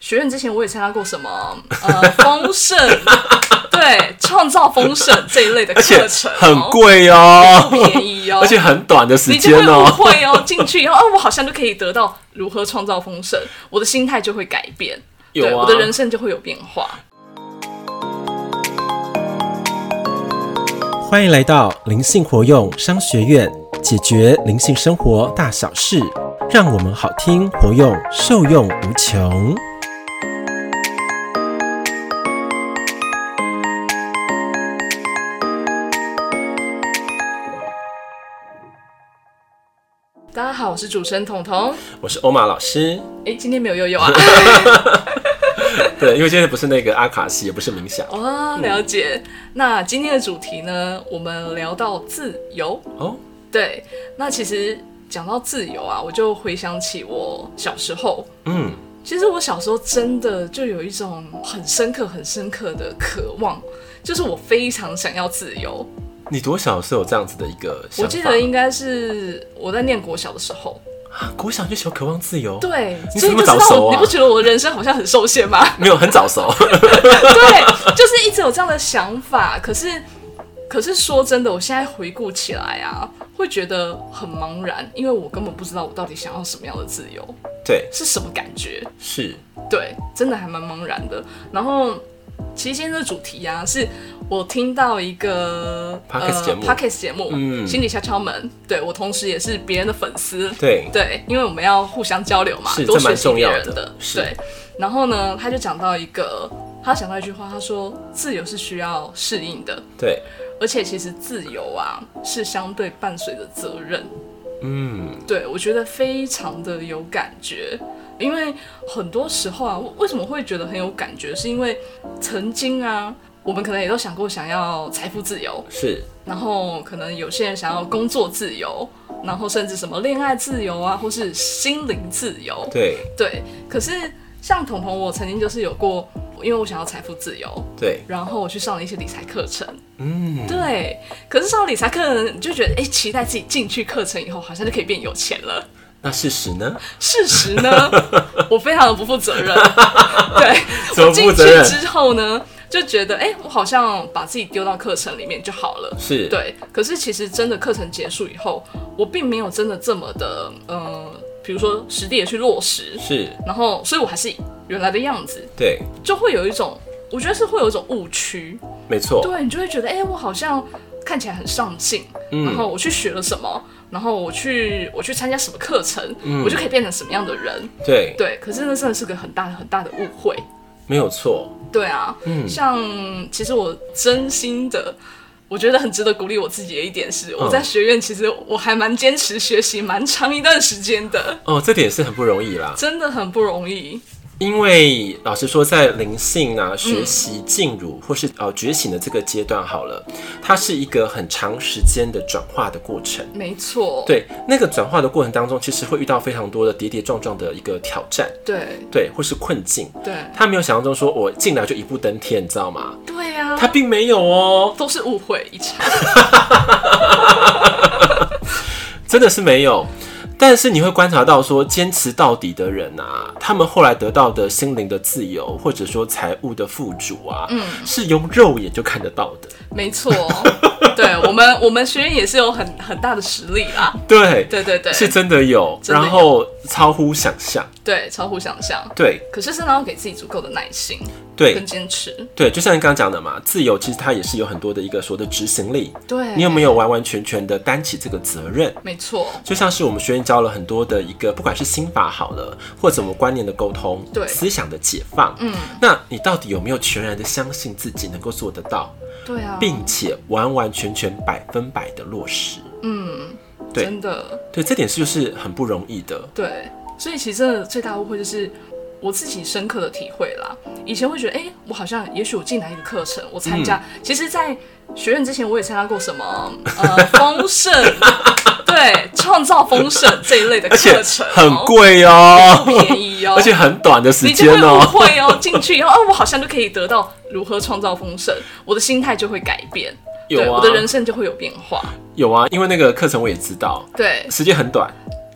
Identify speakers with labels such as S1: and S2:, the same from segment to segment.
S1: 学院之前我也参加过什么呃丰盛， 对，创造丰盛这一类的
S2: 而且
S1: 课程，
S2: 很
S1: 哦，
S2: 贵哦，
S1: 不便宜哦，
S2: 而且很短的 时
S1: 你就
S2: 间
S1: 会误
S2: 哦。
S1: 会哦，进去以后，哦，我好像就可以得到如何创造丰盛，我的心态就会改变，
S2: 有
S1: 对，
S2: 啊，
S1: 我的人生就会有变化。
S3: 欢迎来到灵性活用商学院，解决灵性生活大小事，让我们好听活用，受用无穷。
S1: 大家好，我是主持人彤彤。
S2: 我是欧玛老师。
S1: 哎，今天没有悠悠啊？
S2: 对，因为今天不是那个阿卡西，也不是冥想
S1: 哦，了解。那今天的主题呢，我们聊到自由。
S2: 哦。
S1: 对，那其实讲到自由啊，我就回想起我小时候。
S2: 嗯，
S1: 其实我小时候真的就有一种很深刻、很深刻的渴望，就是我非常想要自由。
S2: 你多小是有这样子的一个想法？
S1: 我记得应该是我在念国小的时候，
S2: 啊国小就求渴望自由，，
S1: 对，
S2: 哦你
S1: 所以
S2: 怎
S1: 就
S2: 么
S1: 知
S2: 早
S1: 道
S2: 熟
S1: 我，
S2: 啊
S1: 你不觉得我的人生好像很受限吗？
S2: 没有很 早熟。
S1: 对，就是一直有这样的想法。可是，可是说真的，我现在回顾起来啊，会觉得很茫然，因为我根本不知道我到底想要什么样的自由，
S2: 对，
S1: 是什么感觉。
S2: 是
S1: 对，真的还蛮茫然的。然后，其实今天的主题啊，是我听到一个
S2: Podcast 节目
S1: p o d c a s t 节目，
S2: 嗯
S1: 心理敲敲门。对我同时也是别人的粉丝，
S2: 对，
S1: 对，因为我们要互相交流嘛
S2: 是，
S1: 多
S2: 这蛮
S1: 学习别人
S2: 重要的是
S1: 对，然后呢，他就讲到一个，他讲到一句话，他说自由是需要适应的，
S2: 对，
S1: 而且其实自由啊是相对伴随着责任。
S2: 嗯，
S1: 对我觉得非常的有感觉，因为很多时候啊，我为什么会觉得很有感觉，是因为曾经啊。我们可能也都想过想要财富自由，
S2: 是
S1: 然后可能有些人想要工作自由，然后甚至什么恋爱自由啊，或是心灵自由。
S2: 对，
S1: 对，可是像彤彤，我曾经就是有过，因为我想要财富自由，
S2: 对，
S1: 然后我去上了一些理财课程。
S2: 嗯，
S1: 对，可是上了理财课程，你就觉得哎、诶期待自己进去课程以后，好像就可以变有钱了。
S2: 那事实呢？
S1: 事实 呢，我非常的不负责任。对，
S2: 怎么
S1: 进
S2: 不
S1: 去
S2: 责任？
S1: 之后呢，就觉得哎、诶我好像把自己丢到课程里面就好了。
S2: 是，，
S1: 对，可是其实真的课程结束以后，我并没有真的这么的，呃，比如说实地的去落实，
S2: 是，
S1: 然后，所以我还是原来的样子，
S2: 对，
S1: 就会有一种，我觉得是会有一种误区，
S2: 没错，
S1: 对你就会觉得，哎、我好像看起来很上进，然后我去学了什么，然后我去我去参加什么课程，我就可以变成什么样的人，
S2: 对，
S1: 对，可是那真的是个很大很大的误会，
S2: 没有错，
S1: 对啊，
S2: 嗯
S1: 像其实我真心的，我觉得很值得鼓励我自己的一点
S2: 嗯
S1: 是，我在学院其实我还蛮坚持学习蛮长一段时间的，
S2: 哦，这点是很不容易啦。
S1: 真的很不容易。
S2: 因为老实说，在灵性
S1: 嗯
S2: 啊、学习进入或是呃觉醒的这个阶段，好了，它是一个很长时间的转化的过程。
S1: 没错，
S2: 对，那个转化的过程当中，其实会遇到非常多的跌跌撞撞的一个挑战，
S1: 对
S2: 对，或是困境。
S1: 对
S2: 他没有想象中说我进来就一步登天，你知道吗？
S1: 对啊呀、
S2: 他并没有哦，
S1: 都是误会一场。
S2: 真的是没有。但是你会观察到说，坚持到底的人啊，他们后来得到的心灵的自由，或者说财务的富足啊，嗯，是用肉眼就看得到的。
S1: 没 错，对我们我们学院也是有很很大的实力啦。
S2: 对，
S1: 对对对，
S2: 是真的有，
S1: 真的有
S2: 然后超乎想象。
S1: 对超乎想象。
S2: 对
S1: 可是真的要给自己足够的耐心
S2: 对
S1: 跟坚持。
S2: 对，就像你刚刚讲的嘛，自由其实它也是有很多的一个所谓的执行力。
S1: 对，
S2: 你有没
S1: 有？
S2: 有完完全全的担起这个责任？
S1: 没错，
S2: 就像是我们学院教了很多的一个，不管是心法好了，或者我们观念的沟通，
S1: 对
S2: 思想的解放，嗯，那你到底有没有全然的相信自己能够做得到，
S1: 对啊，
S2: 并且完完全全百分百的落实？对
S1: 真的
S2: 对，这点是就是很不容易的。
S1: 对，所以其实真的最大误会就是我自己深刻的体会啦。以前会觉得，哎、我好像也许我进来一个课程，我参加。
S2: 嗯
S1: 其实，在学院之前，我也参加过什么呃丰盛， 对，创造丰盛这一类的
S2: 而且
S1: 课程，
S2: 很
S1: 哦
S2: 贵哦，
S1: 不便宜哦，
S2: 而且很短的时
S1: 你就
S2: 间
S1: 会误
S2: 哦。
S1: 会哦，进去以后，哦，我好像就可以得到如何创造丰盛，我的心态就会改变，
S2: 有
S1: 对，
S2: 啊
S1: 我的人生就会有变化，
S2: 有啊，因为那个课程我也知道，
S1: 对，
S2: 时间很短，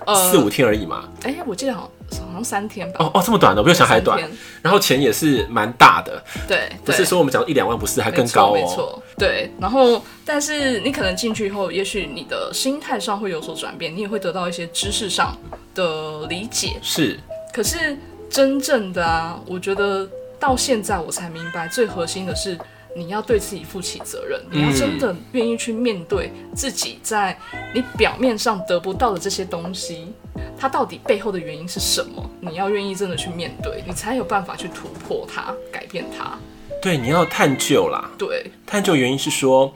S1: 呃，
S2: 四五天而已嘛。
S1: 哎、我记得好像好像三天吧。
S2: 哦哦，这么短的，我比我想还短
S1: 三天。
S2: 然后钱也是蛮大的，
S1: 对，
S2: 不
S1: 对
S2: 是说我们讲一两万，不是还
S1: 没
S2: 更
S1: 错
S2: 高
S1: 没
S2: 哦。
S1: 错，对。然后，但是你可能进去以后，也许你的心态上会有所转变，你也会得到一些知识上的理解。
S2: 是，
S1: 可是真正的啊，我觉得到现在我才明白，最核心的是你要对自己负起责任，你要
S2: 嗯
S1: 真的愿意去面对自己在你表面上得不到的这些东西，它到底背后的原因是什么？你要愿意真的去面对，你才有办法去突破它，改变它。
S2: 对，你要探究啦。
S1: 对，
S2: 探究原因是说，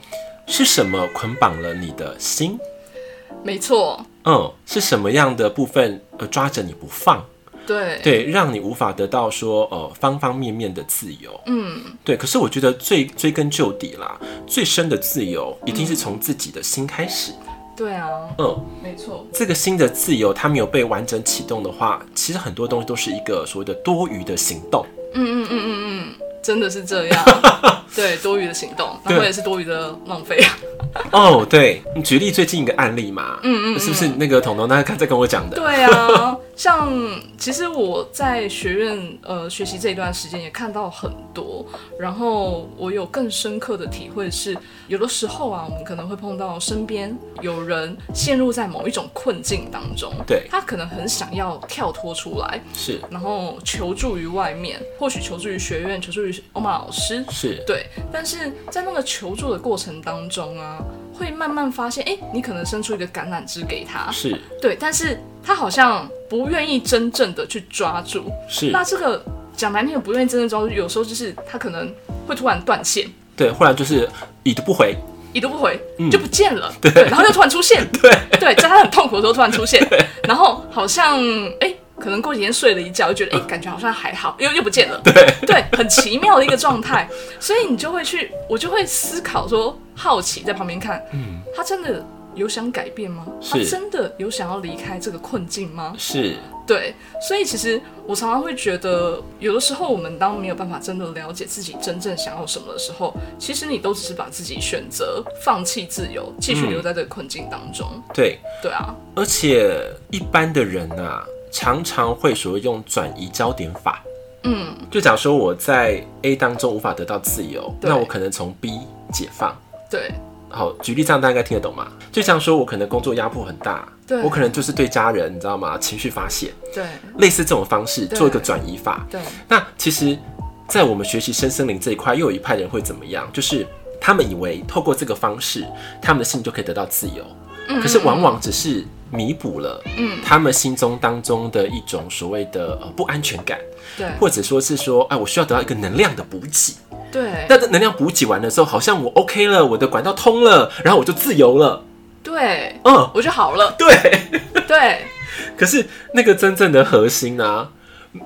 S2: 是什么捆绑了你的心？
S1: 没错，
S2: 嗯，是什么样的部分呃抓着你不放？
S1: 对，
S2: 对，让你无法得到说呃方方面面的自由。嗯，对。可是我觉得最追根究底啦，最深的自由一定是从自己的心开始。
S1: 对啊，
S2: 嗯，
S1: 没错，
S2: 这个心的自由它没有被完整启动的话，其实很多东西都是一个所谓的多余的行动。
S1: 真的是这 样。对，多余的行动，然后
S2: 对
S1: 也是多余的浪费。
S2: 哦，对，你举例最近一个案例嘛，嗯嗯是不是那个彤彤他刚才跟我讲的？
S1: 对啊，像其实我在学院呃学习这一段时间也看到很多，然后我有更深刻的体会是，有的时候啊，我们可能会碰到身边有人陷入在某一种困境当中，
S2: 对
S1: 他可能很想要跳脱出来，
S2: 是
S1: 然后求助于外面，或许求助于学院，求助于欧玛老师，
S2: 是，
S1: 对，但是在那个求助的过程当中啊，会慢慢发现，哎、你可能伸出一个橄榄枝给他，
S2: 是
S1: 对，但是他好像不愿意真正的去抓住。
S2: 是，
S1: 那这个讲难听的，不愿意真正抓住，有时候就是他可能会突然断线，
S2: 对，忽然就是已读不回，
S1: 一读不回、就不见 了，
S2: 对
S1: 然后又突然出现，嗯 对，在他很痛苦的时候突然出 现，然后好像哎。可能过几天睡了一觉，就觉得哎、感觉好像还好，又又不见了。对 对，很奇妙的一个状态，所以你就会去，我就会思考说，好奇在旁边看，嗯，他真的有想改变吗？他
S2: 是
S1: 真的有想要离开这个困境吗？
S2: 是
S1: 对，所以其实我常常会觉得，有的时候我们当没有办法真的了解自己真正想要什么的时候，其实你都只是把自己选择放弃自由，继续留在这个困境当中。
S2: 对。
S1: 对啊，
S2: 而且一般的人啊，常常会所谓用转移焦点法。嗯，就假如说我在 A 当中无法得到自由，
S1: 对
S2: 那我可能从 B 解放。
S1: 对
S2: 好，举例这样大家应该听得懂吗？就像说我可能工作压迫很大，
S1: 对
S2: 我可能就是对家人，你知道吗？情绪发泄，
S1: 对
S2: 类似这种方式
S1: 对
S2: 做一个转移法。
S1: 对，
S2: 那其实，在我们学习深森林这一块，又有一派人会怎么样？就是他们以为透过这个方式，他们的心就可以得到自由，可是往往只是弥补了，嗯，他们心中当中的一种所谓的呃不安全感，
S1: 对
S2: 或者说是说，哎，我需要得到一个能量的补给。
S1: 对
S2: 那这能量补给完了之后，好像我 OK 了，我的管道通了，然后我就自由了，
S1: 对，
S2: 嗯，
S1: 我就好了。
S2: 对。
S1: 对，
S2: 可是那个真正的核心呢、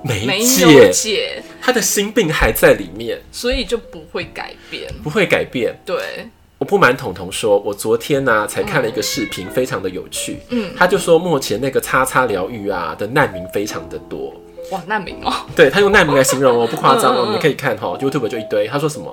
S1: 没
S2: 没
S1: 有
S2: 解，
S1: 解，
S2: 他的心病还在里面，
S1: 所以就不会改变。
S2: 不会改变。
S1: 对
S2: 我不瞒彤彤说，我昨天呢、才看了一个视频，非常的有趣。嗯，他就说目前那个叉叉疗愈啊的难民非常的多，
S1: 哇，难民哦，
S2: 对他用难民来形容哦，不夸张
S1: 嗯
S2: 哦
S1: 嗯，嗯
S2: 你们可以看哈、YouTube 就一堆。他说什么？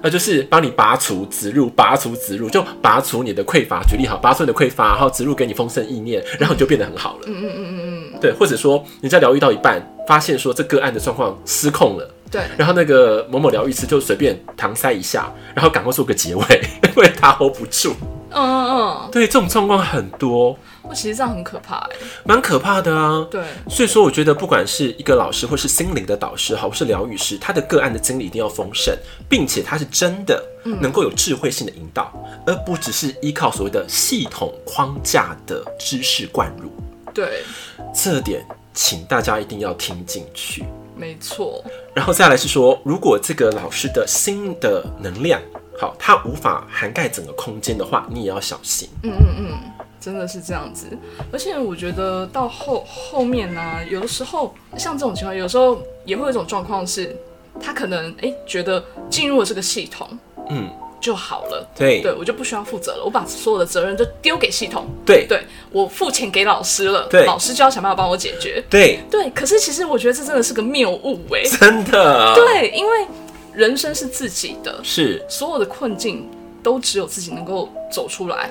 S2: 呃，就是帮你拔除、植入、拔除、植入，就拔除你的匮乏。举例好，拔除你的匮乏，然后植入给你丰盛意念，然后你就变得很好了。嗯嗯嗯嗯嗯。对，或者说你在疗愈到一半，发现说这个案的状况失控了。
S1: 对
S2: 然后那个某某疗愈师就随便搪塞一下，然后赶快做个结尾， 因为他 hold 不住。
S1: 嗯嗯嗯，
S2: 对，这种状况很多，
S1: 我其实这样很可怕哎。
S2: 蛮可怕的啊。
S1: 对
S2: 所以说，我觉得不管是一个老师，或是心灵的导师，好，或是疗愈师，他的个案的经历一定要丰盛，并且他是真的能够有智慧性的引导，而不只是依靠所谓的系统框架的知识灌入。
S1: 对，
S2: 这点，请大家一定要听进去。
S1: 没错，
S2: 然后再来是说，如果这个老师的新的能量，好，它无法涵盖整个空间的话，你也要小心。
S1: 真的是这样子。而且我觉得到后后面呢、有的时候像这种情况，有时候也会有一种状况是，他可能诶觉得进入了这个系统，
S2: 嗯，
S1: 就好了。
S2: 对
S1: 对，我就不需要负责了，我把所有的责任都丢给系统，
S2: 对
S1: 对我付钱给老师了，
S2: 对
S1: 老师就要想办法帮我解决。
S2: 对，
S1: 对，可是其实我觉得这真的是个谬误诶。
S2: 真的，，
S1: 对，因为人生是自己的，
S2: 是
S1: 所有的困境都只有自己能够走出来。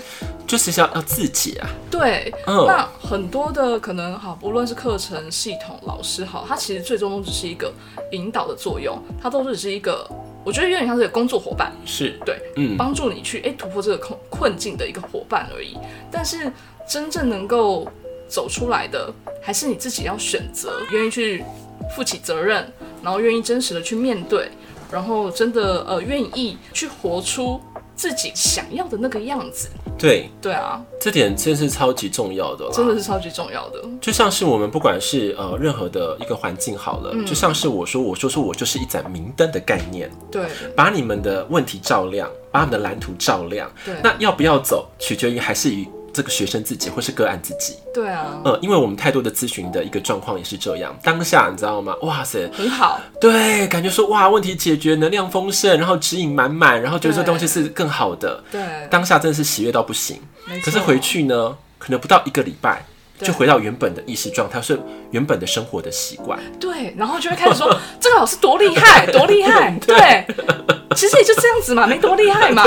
S2: 就是要要自己啊，
S1: 对，
S2: 嗯
S1: 那很多的可能好，无论是课程系统、老师好，它其实最终都只是一个引导的作用，它都只是一个，我觉得有点像是一个工作伙伴，
S2: 是
S1: 对，
S2: 嗯，
S1: 帮助你去哎、诶突破这个困困境的一个伙伴而已。但是真正能够走出来的，还是你自己要选择，愿意去负起责任，然后愿意真实的去面对，然后真的呃愿意去活出自己想要的那个样子。
S2: 对，
S1: 对啊，
S2: 这点真是超级重要的啦。
S1: 真的是超级重要的。
S2: 就像是我们不管是呃任何的一个环境好了，
S1: 嗯
S2: 就像是我说我说说我就是一盏明灯的概念，
S1: 对，
S2: 把你们的问题照亮，把你们的蓝图照亮。
S1: 对
S2: 那要不要走，取决于还是与这个学生自己或是个案自己。
S1: 对啊，
S2: 呃，因为我们太多的咨询的一个状况也是这样，当下你知道吗？哇塞，
S1: 很好。
S2: 对，感觉说哇问题解决，能量丰盛，然后指引满满，然后觉得这
S1: 对
S2: 东西是更好的，
S1: 对，
S2: 当下真的是喜悦到不行。
S1: 没错
S2: 可是回去呢，可能不到一个礼拜。
S1: 对
S2: 就回到原本的意识状态，是原本的生活的习惯。
S1: 对，然后就会开始说 这个老师多厉害， 多厉害，对，其实也就这样子嘛，没多厉害 嘛。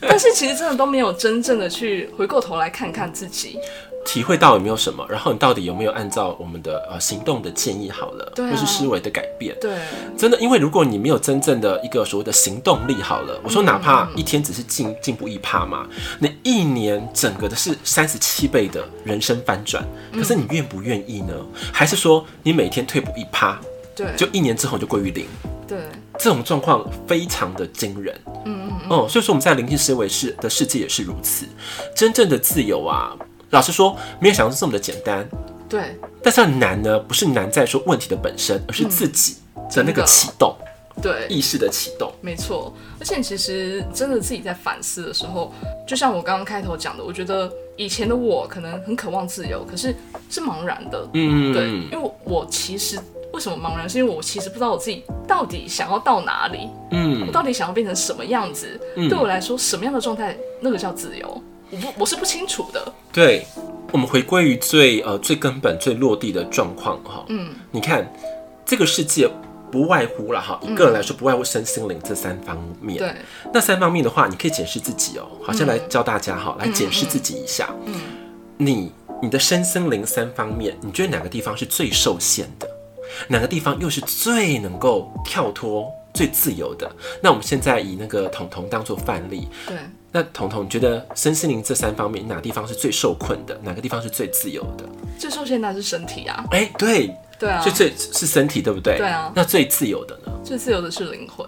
S1: 但是其实真的都没有真正的去回过头来看看自己，
S2: 体会到有没有什么，然后你到底有没有按照我们的呃行动的建议好了，
S1: 对啊
S2: 或是思维的改变，
S1: 对
S2: 真的，因为如果你没有真正的一个所谓的行动力好了，
S1: 嗯
S2: 我说哪怕一天只是进进步一趴嘛，你一年整个的是三十七倍的人生翻转，
S1: 嗯
S2: 可是你愿不愿意呢？还是说你每天退步一趴，
S1: 对
S2: 就一年之后你就归于零？
S1: 对
S2: 这种状况非常的惊人。嗯嗯哦，所以说我们在灵性思维世的世界也是如此。真正的自由啊，老实说，没有想象中这么的简单。
S1: 对
S2: 但是难呢，不是难在说问题的本身，而是自己嗯的那
S1: 真的
S2: 个启动，
S1: 对，
S2: 意识的启动。
S1: 没错。而且其实真的自己在反思的时候，就像我刚刚开头讲的，我觉得以前的我可能很渴望自由，可是是茫然的，
S2: 嗯，
S1: 对，因为我其实为什么茫然，是因为我其实不知道我自己到底想要到哪里，
S2: 嗯
S1: 我，到底想要变成什么样子？对我来说，什么样的状态那个叫自由？
S2: 嗯
S1: 我不，我是不清楚的。
S2: 对。我们回归于最呃最根本、最落地的状况哈。
S1: 嗯，
S2: 你看这个世界不外乎了哈，一个人来说不外乎身心灵这三方面。
S1: 对，
S2: 那三方面的话，你可以检视自己哦。好，先来教大家哈，来检视自己一下。嗯，你你的身心灵三方面，你觉得哪个地方是最受限的？哪个地方又是最能够跳脱、最自由的？那我们现在以那个彤彤当做范例，
S1: 对，
S2: 那彤彤，你觉得身心灵这三方面，哪个地方是最受困的？哪个地方是最自由的？
S1: 最受限的还是身体啊。
S2: 哎、对，
S1: 对啊
S2: 所，以最是身体，对不对？
S1: 对啊
S2: 那最自由的呢？
S1: 最自由的是灵魂。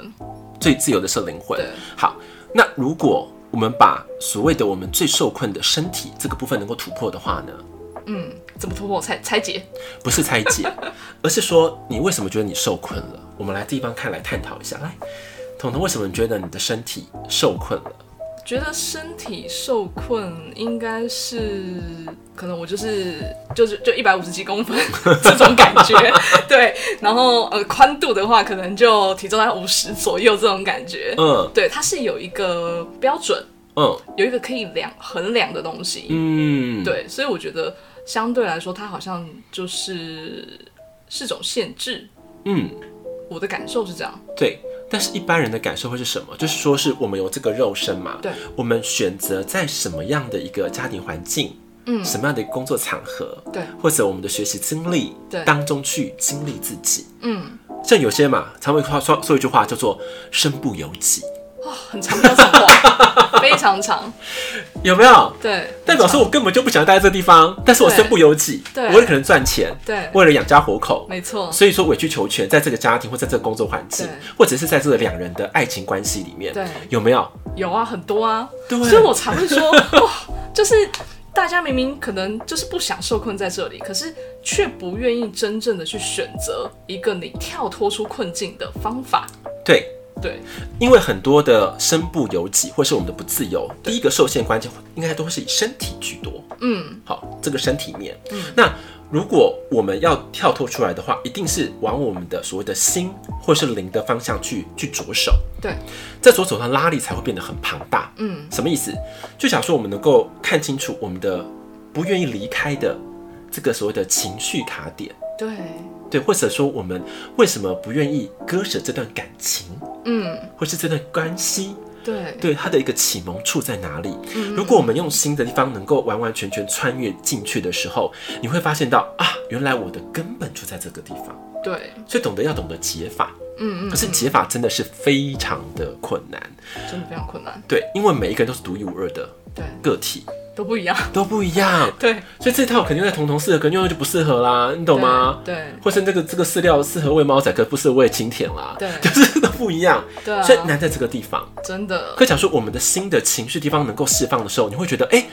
S2: 最自由的是灵魂
S1: 对。
S2: 好，那如果我们把所谓的我们最受困的身体这个部分能够突破的话呢，
S1: 嗯，怎么突破？拆拆解。
S2: 不是拆 解，而是说你为什么觉得你受困了？我们来地方看来探讨一下。来，彤彤，为什么你觉得你的身体受困了？
S1: 觉得身体受困应该是，可能我就是 就是就一百五十几公分 这种感觉， 对。然后呃，宽度的话，可能就体重在五十左右这种感觉。
S2: 嗯
S1: 对，它是有一个标准，
S2: 嗯
S1: 有一个可以量衡量的东西。
S2: 嗯，，
S1: 对，所以我觉得相对来说，它好像就是是种限制。
S2: 嗯
S1: 我的感受是这样，
S2: 对。但是，一般人的感受会是什么？就是说，是我们有这个肉身嘛，
S1: 对，
S2: 我们选择在什么样的一个家庭环境，
S1: 嗯
S2: 什么样的工作场合，
S1: 对，
S2: 或者我们的学习经历
S1: 对
S2: 当中去经历自己。
S1: 嗯，
S2: 像有些嘛，常会说说说一句话叫做“身不由己
S1: 很长这种话， 非常长，”，
S2: 有没有？
S1: 对，
S2: 代表说我根本就不想待在这地方，但是我
S1: 对
S2: 身不由己，
S1: 对
S2: 我为了可能赚钱，
S1: 对
S2: 为了养家活口，
S1: 没错，
S2: 所以说委曲求全，在这个家庭或在这个工作环境
S1: 对，
S2: 或者是在这个两人的爱情关系里面
S1: 对，
S2: 有没有？
S1: 有啊，很多啊，
S2: 对
S1: 所以我才会说， 哇，就是大家明明可能就是不想受困在这里，可是却不愿意真正的去选择一个你跳脱出困境的方法，
S2: 对，
S1: 对，
S2: 因为很多的身不由己，或是我们的不自由，第一个受限关键应该都是以身体居多。
S1: 嗯，
S2: 好，这个身体面。那如果我们要跳脱出来的话，一定是往我们的所谓的心或是灵的方向去去着手，
S1: 对，
S2: 在左手上拉力才会变得很庞大。
S1: 嗯，
S2: 什么意思？就假如说我们能够看清楚我们的不愿意离开的这个所谓的情绪卡点，
S1: 对，
S2: 对，或者说我们为什么不愿意割舍这段感情，
S1: 嗯，
S2: 或是这段关系，
S1: 对
S2: 对它的一个启蒙处在哪里？
S1: 嗯
S2: 如果我们用新的地方能够完完全全穿越进去的时候，你会发现到啊，原来我的根本就在这个地方。
S1: 对，
S2: 所以懂得要懂得解法，
S1: 嗯嗯，
S2: 可是解法真的是非常的困难。
S1: 真的非常困难，
S2: 对，因为每一个人都是独一无二的
S1: 对，
S2: 个体，
S1: 都不一样，
S2: 都不一样。
S1: 对，
S2: 所以这套肯定在同同适合，跟用就不适合啦，你懂吗？
S1: 对对
S2: 或是这个这个饲料适合喂猫仔，可不适合喂青田啦，
S1: 对
S2: 就是都不一样。
S1: 对啊
S2: 所以难在这个地方。
S1: 真的
S2: 可，假如说我们的心的情绪地方能够释放的时候，你会觉得，哎、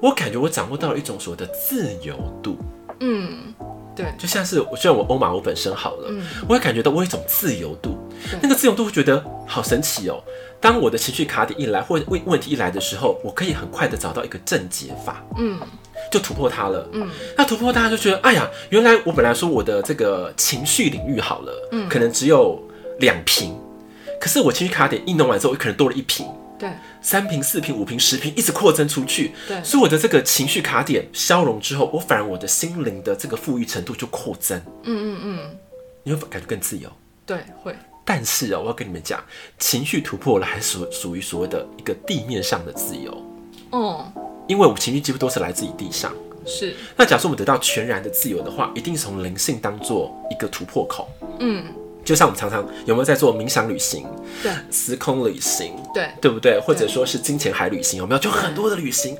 S2: 我感觉我掌握到了一种所谓的自由度，
S1: 嗯，对，
S2: 就像是我虽然我欧马我本身好了，
S1: 嗯
S2: 我也感觉到我有一种自由度
S1: 对，
S2: 那个自由度会觉得好神奇哦。当我的情绪卡点一来，或者问问题一来的时候，我可以很快的找到一个正解法，
S1: 嗯
S2: 就突破它了。
S1: 嗯，
S2: 那突破大家就觉得，哎呀，原来我本来说我的这个情绪领域好了，
S1: 嗯
S2: 可能只有两瓶，可是我情绪卡点一弄完之后，可能多了一瓶。
S1: 对，
S2: 三瓶、四瓶、五瓶、十瓶，一直扩增出去。
S1: 对
S2: 所以我的这个情绪卡点消融之后，我反而我的心灵的这个富裕程度就扩增，
S1: 嗯嗯嗯，
S2: 你会感觉更自由。
S1: 对，会，
S2: 但是啊、我要跟你们讲，情绪突破了，还是属属于所谓的一个地面上的自由，
S1: 嗯，
S2: 因为我情绪几乎都是来自于地上。
S1: 是，
S2: 那假设我们得到全然的自由的话，一定是从灵性当做一个突破口。
S1: 嗯，
S2: 就像我们常常有没有在做冥想旅行、
S1: 对
S2: 时空旅行，
S1: 对
S2: 对不对？或者说是金钱海旅行，有没有？就很多的旅行，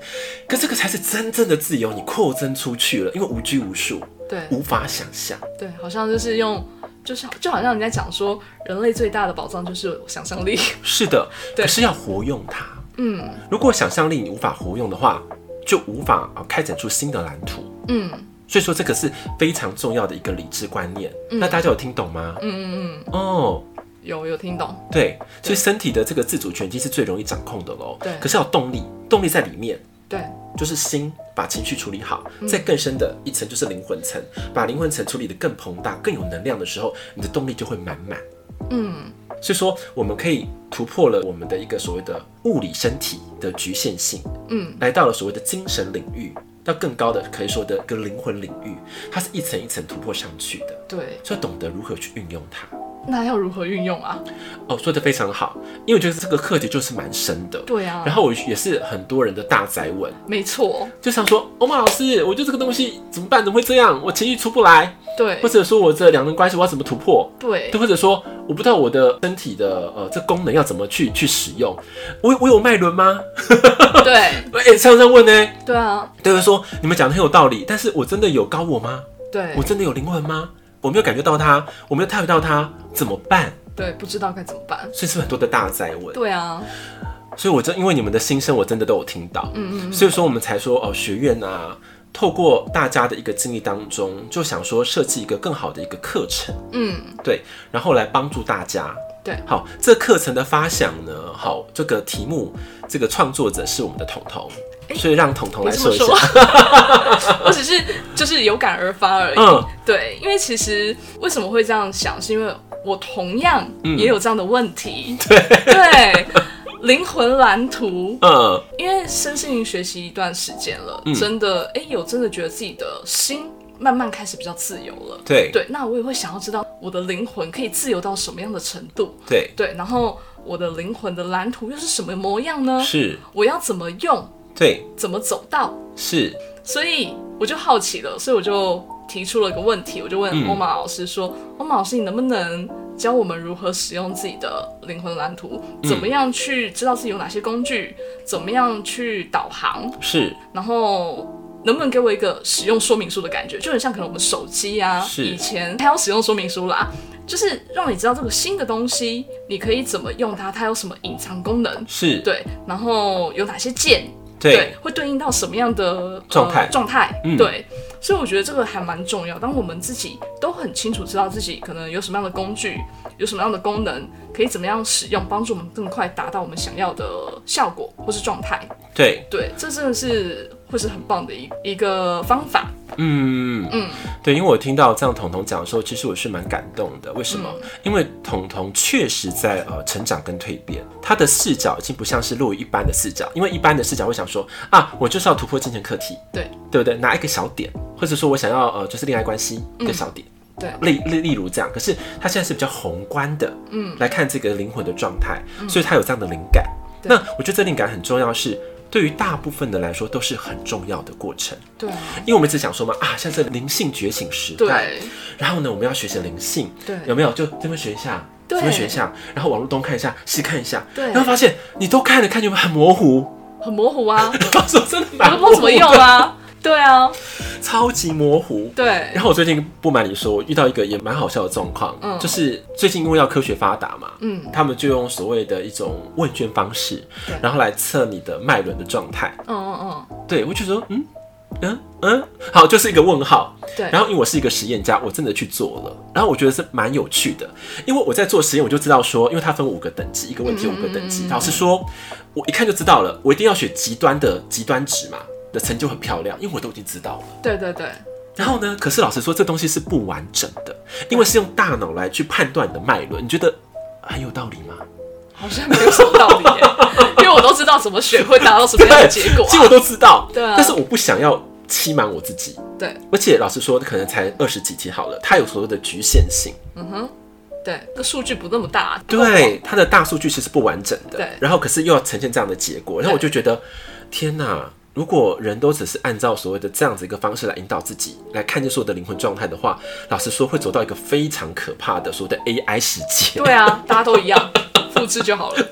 S2: 可这个才是真正的自由，你扩增出去了，因为无拘无束，
S1: 对
S2: 无法想象。
S1: 对，好像就是用，就是就好像人家讲说，人类最大的宝藏就是想象力，
S2: 是的，
S1: 对
S2: 可是要活用它。
S1: 嗯
S2: 如果想象力你无法活用的话，就无法啊开展出新的蓝图。
S1: 嗯
S2: 所以说，这个是非常重要的一个理智观念。那大家有听懂吗
S1: 嗯？嗯嗯，
S2: 哦，
S1: 有有听懂，
S2: 对，所以身体的这个自主权已经是最容易掌控的喽。
S1: 对
S2: 可是要有动力，动力在里面。
S1: 对
S2: 就是心把情绪处理好，
S1: 嗯
S2: 再更深的一层就是灵魂层，把灵魂层处理得更庞大、更有能量的时候，你的动力就会满满。
S1: 嗯，
S2: 所以说，我们可以突破了我们的一个所谓的物理身体的局限性，
S1: 嗯，
S2: 来到了所谓的精神领域，到更高的可以说的一个灵魂领域，它是一层一层突破上去的，
S1: 对，
S2: 所以懂得如何去运用它。
S1: 那要如何运用啊？
S2: 哦，说的非常好，因为我觉得这个课题就是蛮深的。
S1: 对啊，
S2: 然后我也是很多人的大宅文，
S1: 没错，
S2: 就想说，欧玛老师，我觉得这个东西怎么办？怎么会这样？我情绪出不来，
S1: 对
S2: 或者说我这两人关系我要怎么突破？
S1: 对
S2: 对，或者说我不知道我的身体的呃这功能要怎么去去使用？我我有脉轮吗？
S1: 对
S2: 哎、常常问呢、
S1: 对啊，
S2: 对，说你们讲的很有道理，但是我真的有高我吗？
S1: 对
S2: 我真的有灵魂吗？我没有感觉到它，我没有 touch 到它，怎么办？
S1: 对，不知道该怎么办。
S2: 所以是不是很多的大灾问。
S1: 对啊，
S2: 所以我真因为你们的心声，我真的都有听到，嗯嗯，所以说我们才说哦，学院啊，透过大家的一个经历当中，就想说设计一个更好的一个课程，
S1: 嗯，
S2: 对，然后来帮助大家。
S1: 对
S2: 好，这课程的发想呢，好，这个题目，这个创作者是我们的彤彤，所以让彤彤
S1: 别
S2: 来
S1: 这么
S2: 说一下
S1: 说，， 我只是就是有感而发而已。
S2: 嗯
S1: 对，因为其实为什么会这样想，是因为我同样
S2: 嗯
S1: 也有这样的问题。对灵魂蓝图，
S2: 嗯，
S1: 因为身心灵学习一段时间了，真的，哎、有真的觉得自己的心慢慢开始比较自由了。
S2: 对
S1: 对，那我也会想要知道我的灵魂可以自由到什么样的程度。
S2: 对
S1: 对，然后我的灵魂的蓝图又是什么模样呢？
S2: 是，
S1: 我要怎么用，
S2: 对
S1: 怎么走到？
S2: 是，
S1: 所以我就好奇了，所以我就提出了个问题，我就问
S2: 嗯
S1: 欧玛老师说：“欧玛老师，你能不能教我们如何使用自己的灵魂蓝图？怎么样去知道自己有哪些工具？怎么样去导航？
S2: 是
S1: 然后能不能给我一个使用说明书的感觉？就很像可能我们手机啊，
S2: 是
S1: 以前它有使用说明书啦，就是让你知道这个新的东西你可以怎么用它，它有什么隐藏功能，
S2: 是，
S1: 对，然后有哪些键，
S2: 对，
S1: 会对应到什么样的
S2: 状态
S1: 呃状态，
S2: 嗯
S1: 对。所以我觉得这个还蛮重要。当我们自己都很清楚知道自己可能有什么样的工具，有什么样的功能，可以怎么样使用，帮助我们更快达到我们想要的效果或是状态。
S2: 对，
S1: 对，这真的是会是很棒的一一个方法。
S2: 嗯。
S1: 嗯，
S2: 对，因为我听到这样彤彤讲的时候，其实我是蛮感动的。为什么？
S1: 嗯
S2: 因为彤彤确实在呃成长跟蜕变，她的视角已经不像是落于一般的视角，因为一般的视角会想说啊，我就是要突破金钱课题，
S1: 对
S2: 对不对？拿一个小点，或者说我想要呃就是恋爱关系
S1: 嗯
S2: 一个小点。
S1: 对
S2: 例例例如这样，可是她现在是比较宏观的，嗯，来看这个灵魂的状态，所以她有这样的灵感，
S1: 嗯对
S2: 那我觉得责任感很重要是，对于大部分的来说都是很重要的过程，
S1: 对啊，
S2: 因为我们一直想说嘛，啊，现在是灵性觉醒时代，
S1: 对
S2: 然后呢，我们要学习灵性，
S1: 对
S2: 有没有？就这边学一下，这
S1: 对
S2: 边学一下，然后网络东看一下，西看一下，
S1: 对
S2: 然后发现你都看了看，就很模糊，
S1: 很模糊啊，
S2: 到时候真的
S1: 我
S2: 蛮
S1: 都不知道
S2: 模糊
S1: 怎么用
S2: 的，
S1: 啊。对 啊，
S2: 超级模糊。
S1: 对
S2: 然后我最近不瞒你说，我遇到一个也蛮好笑的状况，
S1: 嗯
S2: 就是最近因为要科学发达嘛，
S1: 嗯
S2: 他们就用所谓的一种问卷方式
S1: 对，
S2: 然后来测你的脉轮的状态。
S1: 嗯嗯嗯，
S2: 对，我就说，嗯嗯嗯，好，就是一个问号。
S1: 对。
S2: 然后因为我是一个实验家，我真的去做了，然后我觉得是蛮有趣的，因为我在做实验，我就知道说，因为它分五个等级，一个问题有五个等
S1: 嗯
S2: 级。老实说，我一看就知道了，我一定要选极端的极端值嘛，的成就很漂亮，因为我都已经知道了。
S1: 对对对，
S2: 然后呢？可是老实说，这东西是不完整的，因为是用大脑来去判断你的脉轮。你觉得很有道理吗？
S1: 好像没有什么道理 耶，因为我都知道怎么选会达到什么样的结果、
S2: 其实我
S1: 啊。
S2: 都知道，
S1: 对啊
S2: 但是我不想要欺瞒我自己。
S1: 对
S2: 而且老实说，可能才二十几题好了，它有所谓的局限性，
S1: 对，那数据不那么大。啊
S2: 对它的大数据其实不完整的。
S1: 对
S2: 然后可是又要呈现这样的结果，然后我就觉得，天哪！如果人都只是按照所谓的这样子一个方式来引导自己，来看见所有的灵魂状态的话，老实说会走到一个非常可怕的所谓的 AI 世界。
S1: 对啊，大家都一样，复制就好了。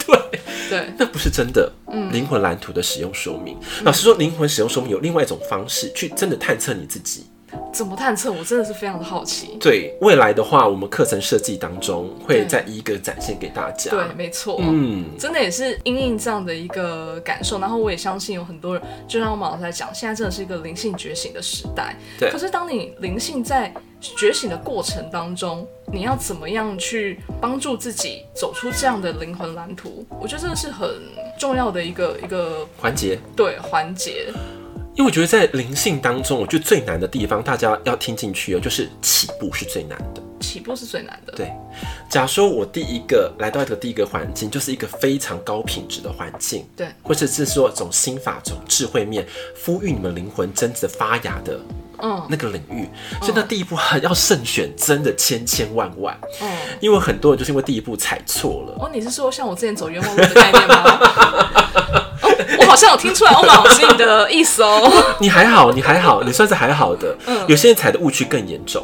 S1: 对
S2: 那不是真的。
S1: 嗯
S2: 灵魂蓝图的使用说明，老实说，灵魂使用说明有另外一种方式去真的探测你自己。
S1: 对，怎么探测？我真的是非常的好奇。
S2: 对未来的话，我们课程设计当中会
S1: 对
S2: 再一一个展现给大家。
S1: 对，没错。
S2: 嗯，
S1: 真的也是因应这样的一个感受，然后我也相信有很多人，就像我们老师在讲，现在真的是一个灵性觉醒的时代。
S2: 对
S1: 可是当你灵性在觉醒的过程当中，你要怎么样去帮助自己走出这样的灵魂蓝图？我觉得这个是很重要的一个一个
S2: 环节，
S1: 对环节。
S2: 因为我觉得在灵性当中，我觉得最难的地方，大家要听进去哦，就是起步是最难的。
S1: 起步是最难的。
S2: 对，假如说我第一个来到一个第一个环境，就是一个非常高品质的环境，
S1: 对
S2: 或者是说一种心法、一种智慧面，呼吁你们灵魂真正发芽的
S1: 嗯
S2: 那个领域，所以那第一步 很要慎选，真的千千万万，
S1: 嗯。
S2: 因为很多人就是因为第一步踩错了。
S1: 哦，你是说像我之前走冤枉路的概念吗？ 哦，我好像有听出来欧马老师你的意思哦。
S2: 你还好，你还好，你算是还好的。有些人踩的误区更严重，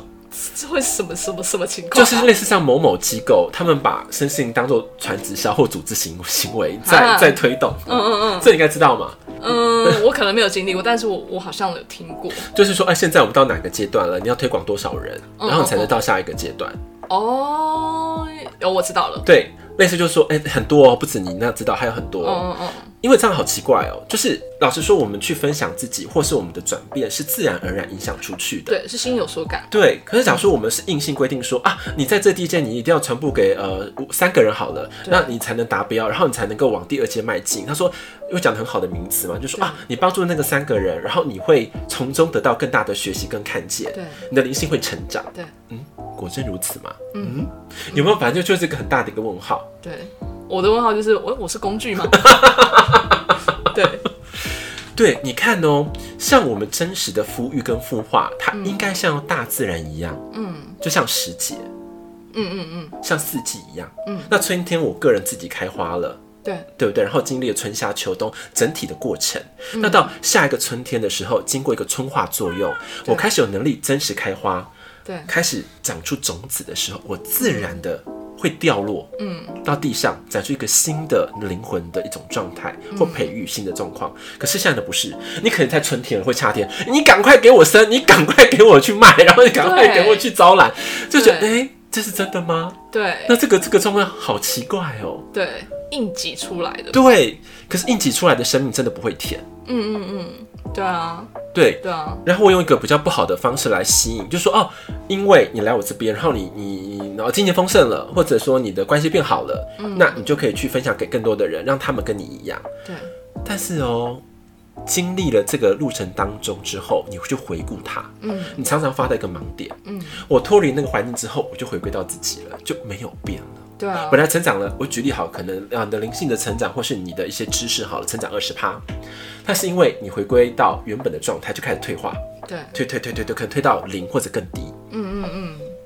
S1: 这会什么什么什么情况
S2: 就
S1: 啊、
S2: 是类似像某某机构，他们把身心灵当做传直销或组织行行为在
S1: 啊
S2: 在推动。嗯嗯嗯，这你应该知道嘛？
S1: 嗯，我可能没有经历过，但是我我好像有听过。
S2: 就是说，哎，现在我们到哪个阶段了？你要推广多少人，然后你才能到下一个阶段？
S1: 哦，有我知道了。
S2: 对，类似就是说，哎，很多哦，不止你那知道，还有很多哦。
S1: 嗯嗯嗯，
S2: 因为这样好奇怪哦，就是老实说，我们去分享自己或是我们的转变，是自然而然影响出去的。
S1: 对，是心有所感。
S2: 对，可是假如说我们是硬性规定说啊，你在这第一阶你一定要传播给呃五三个人好了，
S1: 对
S2: 那你才能达标，然后你才能够往第二阶迈进。他说，因为讲的很好的名词嘛，就说
S1: 对
S2: 啊，你帮助那个三个人，然后你会从中得到更大的学习跟看见，
S1: 对
S2: 你的灵性会成长。
S1: 对
S2: 嗯，果真如此吗？嗯，有没有？反正就就是一个很大的一个问号。
S1: 对，我的问号就是我我是工具吗？ 对
S2: 对，你看哦，像我们真实的孵育跟孵化，它应该像大自然一样，嗯，就像时节，嗯嗯嗯，像四季一样，嗯。那春天，我个人自己开花了。
S1: 对
S2: 对不对？然后经历了春夏秋冬整体的过程，那到下一个春天的时候，经过一个春化作用，我开始有能力真实开花，
S1: 对
S2: 开始长出种子的时候，我自然的会掉落，嗯，到地上长出一个新的灵魂的一种状态
S1: 嗯
S2: 或培育新的状况。可是现在的不是，你可能在春天或夏天，你赶快给我生，你赶快给我去卖， 然后你赶快给我去招揽，就觉得哎、
S1: 对
S2: 诶这是真的吗？
S1: 对
S2: 那这个这个状况好奇怪哦。
S1: 对，硬挤出来的。
S2: 对，可是硬挤出来的生命真的不会甜。
S1: 嗯对啊，
S2: 对，
S1: 对啊，
S2: 然后我用一个比较不好的方式来吸引，就说哦，因为你来我这边，然后你你你然哦后今年丰盛了，或者说你的关系变好了，那你就可以去分享给更多的人，让他们跟你一样。
S1: 对
S2: 但是哦，经历了这个路程当中之后，你会去回顾它，嗯，你常常发到一个盲点，嗯，我脱离那个环境之后，我就回归到自己了，就没有变了。
S1: 对啊
S2: 本，来成长了，我举例好，可能啊你的灵性的成长，或是你的一些知识好了，成长二十趴，但是因为你回归到原本的状态，就开始退化，
S1: 对，
S2: 退退退退退，可能退到零或者更低。啊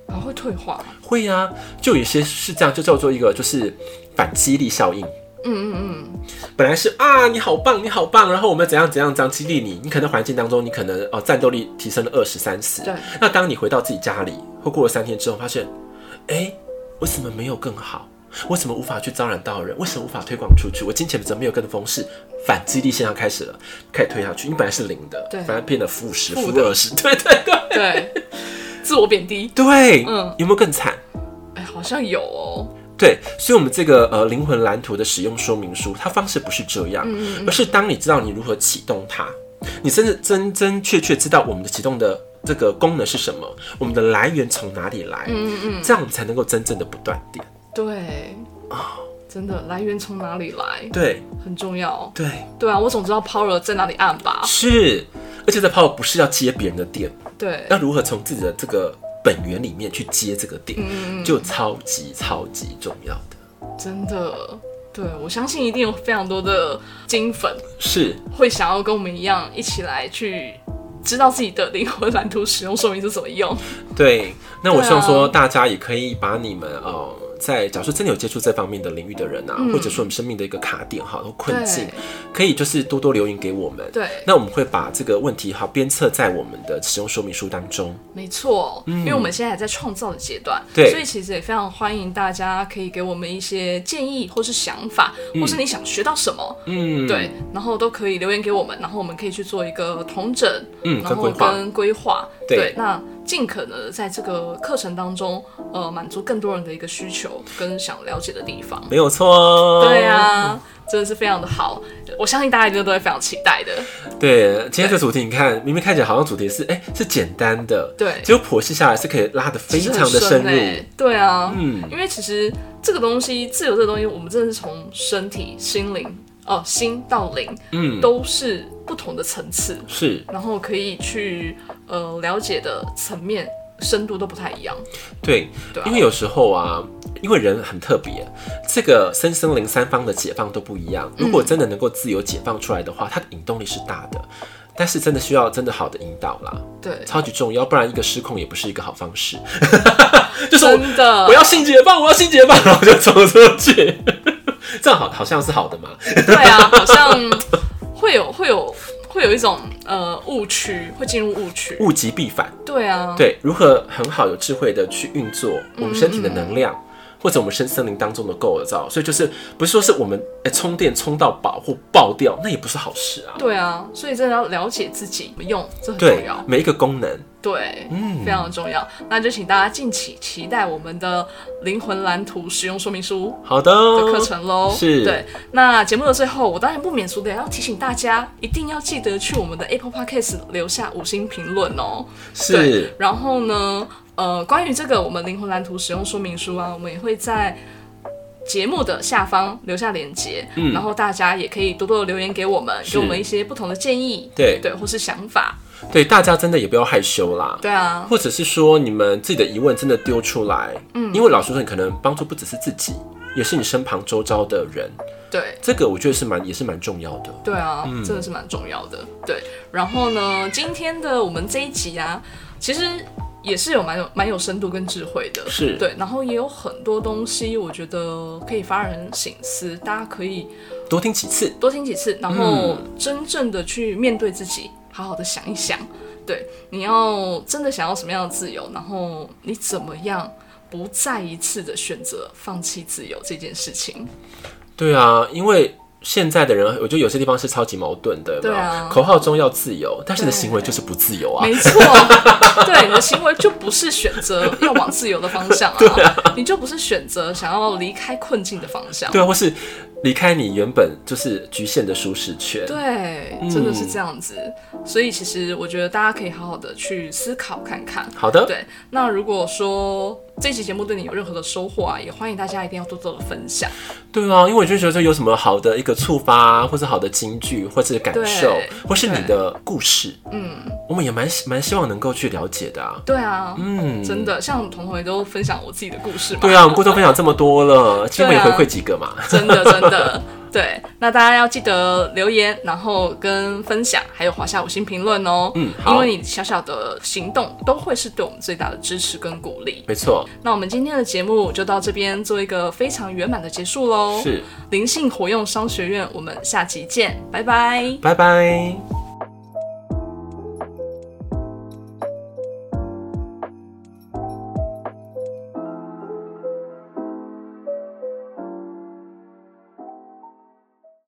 S1: 然后会退化。
S2: 会啊，就有些是这样，就叫做一个就是反激励效应。
S1: 嗯嗯嗯，
S2: 本来是啊，你好棒，你好棒，然后我们怎样怎样怎样激励你，你可能环境当中，你可能哦战斗力提升了二十三十。
S1: 对。
S2: 那当你回到自己家里，或过了三天之后，发现，哎、为什么没有更好？为什么无法去招揽到人？为什么无法推广出去？我金钱怎么没有跟风势？反激励现象开始了，开始推下去。你本来是零的，
S1: 对
S2: 反而变得负十、
S1: 负
S2: 负
S1: 的
S2: 二十，对对对
S1: 对，自我贬低，
S2: 对，
S1: 嗯
S2: 有没有更惨？
S1: 哎，好像有哦，
S2: 对，所以，我们这个呃灵魂蓝图的使用说明书，它方式不是这样，而是当你知道你如何启动它，你真的真真确确知道我们的启动的这个功能是什么，我们的来源从哪里来，嗯嗯，这样我们才能够真正的不断电。
S1: 对真的来源从哪里来
S2: 对
S1: 很重要。
S2: 对，
S1: 对啊，我总知道 power 在哪里按吧？
S2: 是，而且在泡不是要接别人的电，
S1: 对，
S2: 要如何从自己的这个本源里面去接这个电，就超级超级重要的。
S1: 嗯真的，对我相信一定有非常多的金粉
S2: 是，
S1: 会想要跟我们一样一起来去知道自己的灵魂蓝图使用说明是怎么 用。
S2: 对，那我
S1: 对啊
S2: 希望说大家也可以把你们呃，在假如说真的有接触这方面的领域的人啊，或者说我们生命的一个卡点哈、或困境
S1: 嗯对，
S2: 可以就是多多留言给我们。
S1: 对
S2: 那我们会把这个问题哈鞭策在我们的使用说明书当中。
S1: 没错，因为我们现在还在创造的阶段，
S2: 嗯对
S1: 所以其实也非常欢迎大家可以给我们一些建议或是想法，或是你想学到什么，
S2: 嗯，
S1: 对，然后都可以留言给我们，然后我们可以去做一个统整，
S2: 嗯
S1: 然后
S2: 跟规划
S1: 跟规划，
S2: 对
S1: 那尽可能地在这个课程当中，呃，满足更多人的一个需求跟想了解的地方。
S2: 没有错哦。
S1: 对啊，真的是非常的好，我相信大家一定都会非常期待的。
S2: 对，今天这主题你看，明明看起来好像主题是哎、是简单的，
S1: 对
S2: 结果剖析下来是可以拉得非
S1: 其实
S2: 常
S1: 很
S2: 的深入。
S1: 欸对啊，
S2: 嗯
S1: 因为其实这个东西，自由这个东西，我们真的是从身体、心灵，哦、心到灵，
S2: 嗯，
S1: 都是不同的层次，
S2: 是
S1: 然后可以去呃了解的层面。深度都不太一样，
S2: 对，
S1: 对啊
S2: 因为有时候啊，因为人很特别，这个身心灵三方的解放都不一样。
S1: 嗯
S2: 如果真的能够自由解放出来的话，它的引动力是大的，但是真的需要真的好的引导啦，
S1: 对，
S2: 超级重要，不然一个失控也不是一个好方式。 就是我
S1: 真的
S2: 我要性解放，我要性解放，然后就走出去， 这样好好像是好的嘛？
S1: 对啊，好像会有 会有会有一种呃误区，会进入误区，
S2: 物极必反。
S1: 对啊，
S2: 对，如何很好有智慧的去运作
S1: 嗯
S2: 我们身体的能量，或者我们身森林当中的构造，所以就是不是说是我们哎充电充到饱或爆掉，那也不是好事啊。
S1: 对啊，所以真的要了解自己怎么用，这很重
S2: 对
S1: 要，。
S2: 每一个功能，
S1: 对，
S2: 嗯
S1: 非常重要。那就请大家敬请期待我们的灵魂蓝图使用说明书
S2: 好的
S1: 的
S2: 哦
S1: 课程喽。
S2: 是
S1: 对。那节目的最后，我当然不免俗的要提醒大家，一定要记得去我们的 Apple Podcast 留下五星评论哦。对
S2: 是，
S1: 然后呢，呃，关于这个我们灵魂蓝图使用说明书啊，我们也会在。节目的下方留下链接，然后大家也可以多多地留言给我们，
S2: 嗯是
S1: 给我们一些不同的建议，
S2: 对
S1: 对，或是想法，
S2: 对，大家真的也不要害羞啦。
S1: 对啊，
S2: 或者是说你们自己的疑问真的丢出来，嗯，因为老实说，你可能帮助不只是自己，也是你身旁周遭的人，
S1: 对，
S2: 这个我觉得是蛮也是蛮重要的。
S1: 对啊，
S2: 嗯
S1: 真的是蛮重要的。对，然后呢，今天的我们这一集啊，其实也是有蛮有蛮有深度跟智慧的，
S2: 是
S1: 对，然后也有很多东西，我觉得可以发人省思，大家可以
S2: 多听几次，
S1: 多听几次，然后真正的去面对自己，好好的想一想，对，你要真的想要什么样的自由，然后你怎么样不再一次的选择放弃自由这件事情，
S2: 对啊，因为现在的人，我觉得有些地方是超级矛盾的。有没有
S1: 对啊
S2: 口号中要自由，但是你的
S1: 对
S2: 行为就是不自由啊。
S1: 没错， 对你的行为就不是选择要往自由的方 向啊，你就不是选择想要离开困境的方向。
S2: 对啊，或是离开你原本就是局限的舒适圈。
S1: 对，真的是这样子。所以其实我觉得大家可以好好的去思考看看。
S2: 好的，
S1: 对，那如果说这期节目对你有任何的收获啊，也欢迎大家一定要多多的分享。
S2: 对啊，因为我就觉得说有什么好的一个触发，或是好的金句，或是感受
S1: 对，
S2: 或是你
S1: 对
S2: 的故事，嗯，我们也蛮蛮希望能够去了解的啊。
S1: 对啊，
S2: 嗯，啊
S1: 真。的，像彤彤也都分享我自己的故事嘛。
S2: 对啊，我们过多分享这么多了，机会
S1: 对啊
S2: 回馈几个嘛？
S1: 真的真的。对，那大家要记得留言，然后跟分享，还有华夏五星评论哦。
S2: 嗯好
S1: 因为你小小的行动都会是对我们最大的支持跟鼓励。
S2: 没错，
S1: 那我们今天的节目就到这边做一个非常圆满的结束喽。
S2: 是，
S1: 灵性活用商学院，我们下集见，拜拜。
S2: 拜拜。